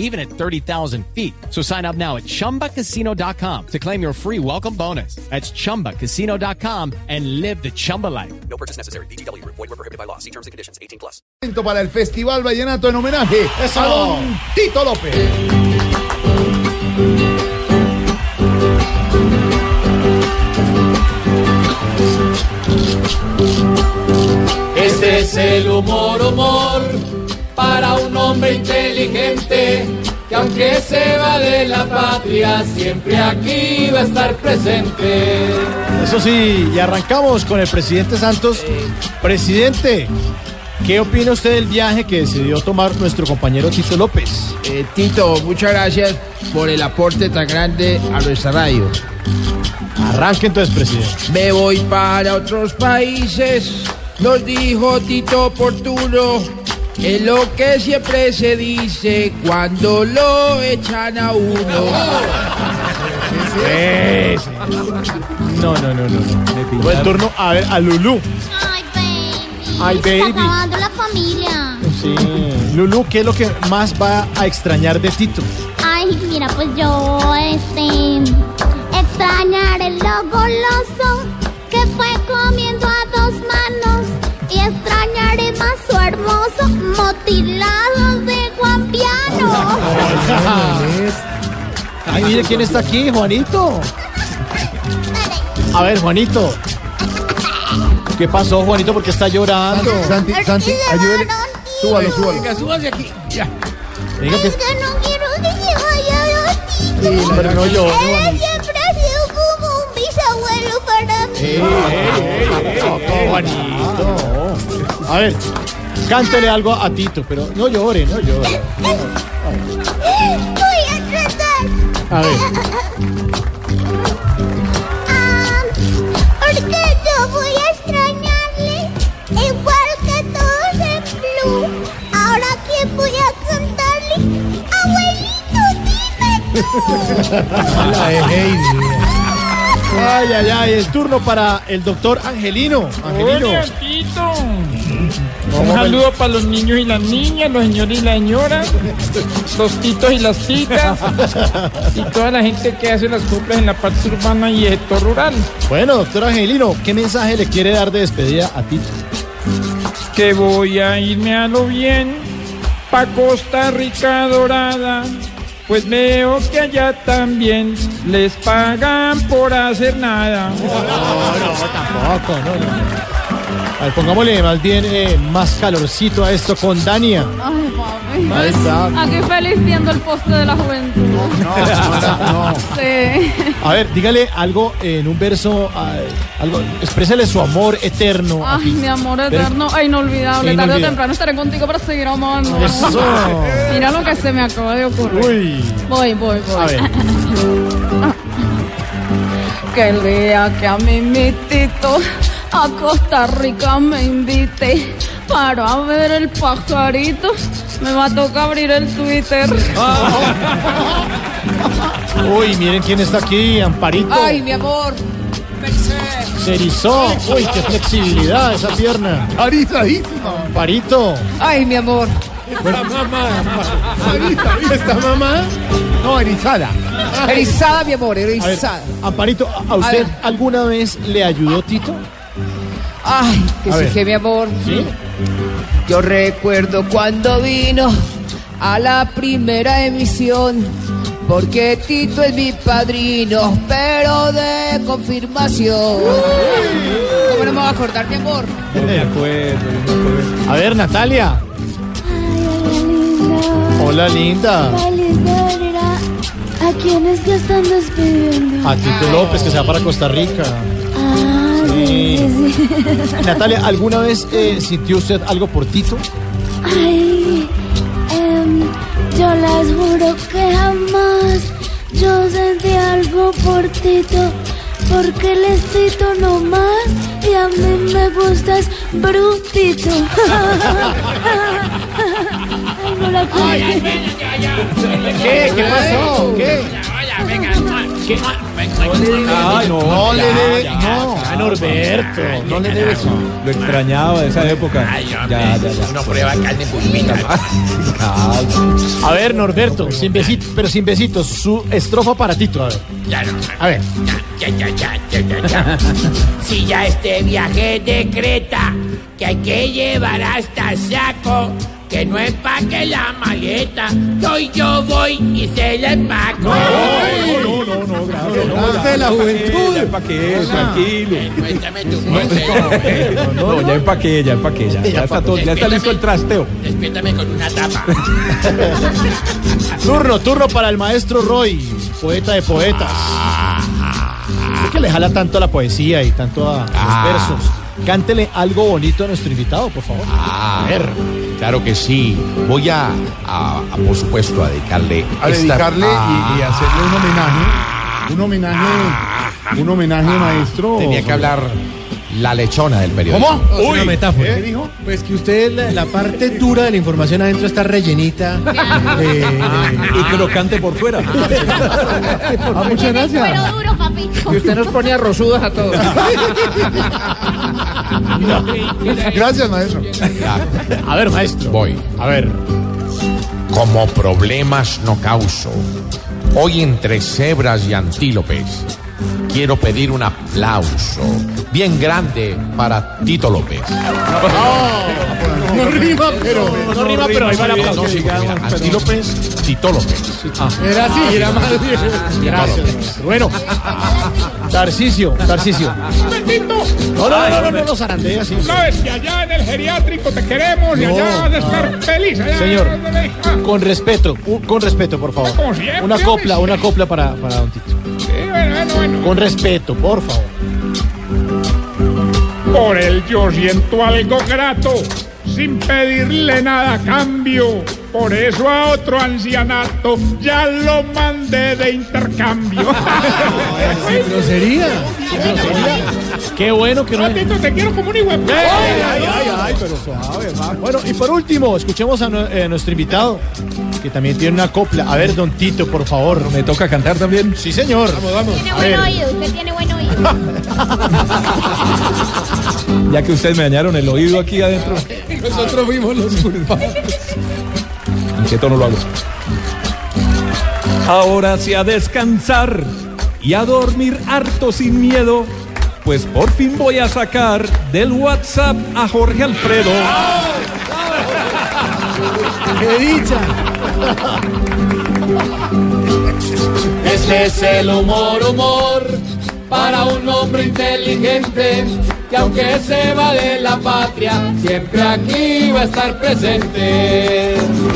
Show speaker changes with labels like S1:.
S1: even at 30,000 feet. So sign up now at ChumbaCasino.com to claim your free welcome bonus. That's ChumbaCasino.com and live the Chumba life.
S2: No purchase necessary. BGW. Void were prohibited by law. See terms and conditions. 18 plus.
S3: Momento para el Festival Vallenato en homenaje
S4: ¡Eso!
S3: a Don Tito López.
S4: Este es el humor, humor, para un hombre inteligente, que aunque se va de la patria, siempre aquí va a estar presente.
S5: Eso sí, y arrancamos con el presidente Santos. Presidente, ¿qué opina usted del viaje que decidió tomar nuestro compañero Tito López?
S6: Eh, Tito, muchas gracias por el aporte tan grande a nuestra radio.
S5: Arranque entonces, presidente.
S6: Me voy para otros países, nos dijo Tito oportuno. Es lo que siempre se dice cuando lo echan a uno.
S5: No, no, no, no. no. Buen turno a ver a Lulú.
S7: Ay, baby.
S5: Ay,
S7: Se
S5: baby.
S7: Está acabando la familia.
S5: Sí. Lulú, ¿qué es lo que más va a extrañar de Tito?
S7: Ay, mira, pues yo, este. Extrañaré lo goloso que fue comiendo a dos manos. Y extrañaré más su hermoso motilado de guampiano.
S5: Ay, mire quién está aquí, Juanito. A ver, Juanito. ¿Qué pasó, Juanito? ¿Por qué está llorando?
S3: Santi,
S7: Porque
S3: Santi,
S7: se
S3: ayúdele.
S7: van
S3: Súbalo, súbalo.
S5: Diga que
S7: Es que no quiero que se vaya Don Tito.
S5: pero no llore,
S7: Él siempre ha sido como un bisabuelo para mí.
S5: Oh, Juanito. Eh, A ver, cántele algo a Tito, pero no llore, no llore.
S7: Voy a tratar.
S5: A ver.
S7: Ah, porque yo voy a extrañarle, igual que todos en Blue. Ahora que voy a cantarle, abuelito, dime tú.
S5: Ay, ay, ay, es turno para el doctor Angelino. Angelino.
S8: Hola, Tito. Un saludo para los niños y las niñas, los señores y las señoras, los titos y las titas, y toda la gente que hace las coplas en la parte urbana y el sector rural.
S5: Bueno, doctor Angelino, ¿qué mensaje le quiere dar de despedida a Tito?
S8: Que voy a irme a lo bien, pa' Costa Rica dorada, pues veo que allá también les pagan por hacer nada.
S5: Tampoco, no, no. A ver, pongámosle más bien eh, más calorcito a esto con Dania.
S9: Ay, mami.
S5: Ahí está.
S9: Aquí feliz viendo el poste de la juventud. Sí.
S5: A ver, dígale algo en un verso, ay, algo, exprésele su amor eterno. a
S9: Ay,
S5: Tito.
S9: mi amor
S5: Pero-
S9: eterno e inolvidable.
S5: E
S9: Tarde o
S5: inolvidable.
S9: temprano estaré contigo para seguir amando.
S5: Eso.
S9: Mira lo que se me acaba de ocurrir.
S5: Uy.
S9: Voy, voy,
S5: A
S9: voy.
S5: ver.
S9: Que el día que a mí mi tito a Costa Rica me invite para ver el pajarito, me va a tocar abrir el Twitter.
S5: Uy, miren quién está aquí, Amparito.
S9: Ay, mi amor.
S4: Eh.
S9: Mercedes.
S5: Se erizó. Uy, qué flexibilidad esa pierna.
S3: Arizadísima.
S5: Amparito.
S9: Ay, mi amor.
S3: Arizadísima. ¿Esta mamá? No, erizada.
S9: Erizada, mi amor,
S5: A ver, Amparito, ¿a- ¿a usted alguna vez le ayudó Tito?
S6: Ay, que
S5: A
S6: sí
S5: ver.
S6: que mi amor.
S5: Sí.
S6: Yo recuerdo cuando vino a la primera emisión, porque Tito es mi padrino, pero de confirmación. ¿Cómo no me voy a acordar, mi amor?
S5: A ver, Natalia. Hola, linda.
S7: ¿A quiénes ya están despidiendo?
S5: A Tito López, que se va para Costa Rica. Sí. Natalia, ¿alguna vez eh, sintió usted algo por Tito?
S7: Ay, em, yo las juro que jamás yo sentí algo por Tito, porque él es Tito nomás y que a mí me gustas brutito. Ay, no la cuento.
S5: ¿Qué? ¿Qué pasó? ¿Qué?
S4: Ah,
S5: Ay, no, no le debe. No, a Norberto, no le debe eso. Lo extrañaba de esa época. Ya, ya, ya.
S4: Una prueba carne pulpita.
S5: A ver, Norberto, sin besitos, pero sin besitos, su estrofa para Tito, a ver.
S4: Ya no.
S5: A ver.
S4: Ya, ya, ya, ya, ya, ya. Si ya este viaje decreta que hay que llevar hasta saco, que no empaque la maleta, soy yo voy y se la empaco.
S5: No, no, no, gracias.
S3: Parte de la juventud.
S10: Ya empaqué, tranquilo.
S4: Muéstrame tu bolsa.
S10: No, no, ya empaqué, ya empaqué. Ya, ya está, todo, ya está listo el trasteo.
S4: Despiértame con una tapa.
S5: Turno, turno para el maestro Roy, poeta de poetas. Usted que le jala tanto a la poesía y tanto a
S10: Ah.
S5: los versos. Cántele algo bonito a nuestro invitado, por favor.
S10: A ver. Claro que sí. Voy a, a- a, por supuesto, a dedicarle.
S3: A
S10: esta-
S3: dedicarle
S10: Ah,
S3: y, y hacerle un homenaje. Un homenaje. Un homenaje, maestro.
S10: Tenía que hablar la lechona del periódico.
S3: ¿Cómo?
S10: Uy.
S3: una metáfora. ¿Qué dijo?
S5: Pues que usted, la, parte dura de la información adentro está rellenita. eh,
S10: Y crocante por fuera.
S3: Ah, muchas gracias.
S7: Pero duro, papito.
S6: Y usted nos pone a rosudas a todos.
S3: Gracias, maestro.
S5: A ver, maestro.
S10: Voy.
S5: A ver.
S10: Como problemas no causo. Hoy entre cebras y antílopes. Quiero pedir un aplauso bien grande para Tito López.
S3: No rima, pero.
S5: No rima, pero ahí va la pues.
S10: No, sí, porque mira, antílopes, Tito López.
S5: Ah,
S3: Era así, era más.
S5: Gracias, maestro. Bueno. Tarcicio, Tarcicio. No, no, no, no, no, no, zarandea, sí.
S8: Sabes que allá en el geriátrico te queremos y
S5: No.
S8: allá vas a estar feliz. allá
S5: Señor.
S8: vas a- Ah,
S5: Con respeto, u- con respeto, por favor.
S8: Como siempre,
S5: Una copla,
S8: hombre.
S5: una copla para, para Don Tito.
S8: sí, bueno, bueno, bueno.
S5: Con respeto, por favor.
S8: Por él yo siento algo grato, sin pedirle nada a cambio. Por eso a otro ancianato ya lo mandé de intercambio.
S3: Grosería.
S5: Qué bueno que no. hay-
S8: Tito, te quiero como un hijo de puta.
S5: Bueno, y por último, escuchemos a, nue- eh, nuestro invitado, que también tiene una copla. A ver, Don Tito, por favor.
S10: ¿Me toca cantar también?
S5: Sí, señor. Vamos, vamos.
S7: Tiene buen oído, usted tiene buen oído.
S10: Ya que ustedes me dañaron el oído aquí adentro.
S3: Nosotros vimos los culpables.
S10: ¿En qué tono lo hago? Ahora sí a descansar y a dormir harto sin miedo, pues por fin voy a sacar del WhatsApp a Jorge Alfredo.
S3: ¡Qué dicha!
S4: Este es el humor, humor, para un hombre inteligente, que aunque se va de la patria, siempre aquí va a estar presente.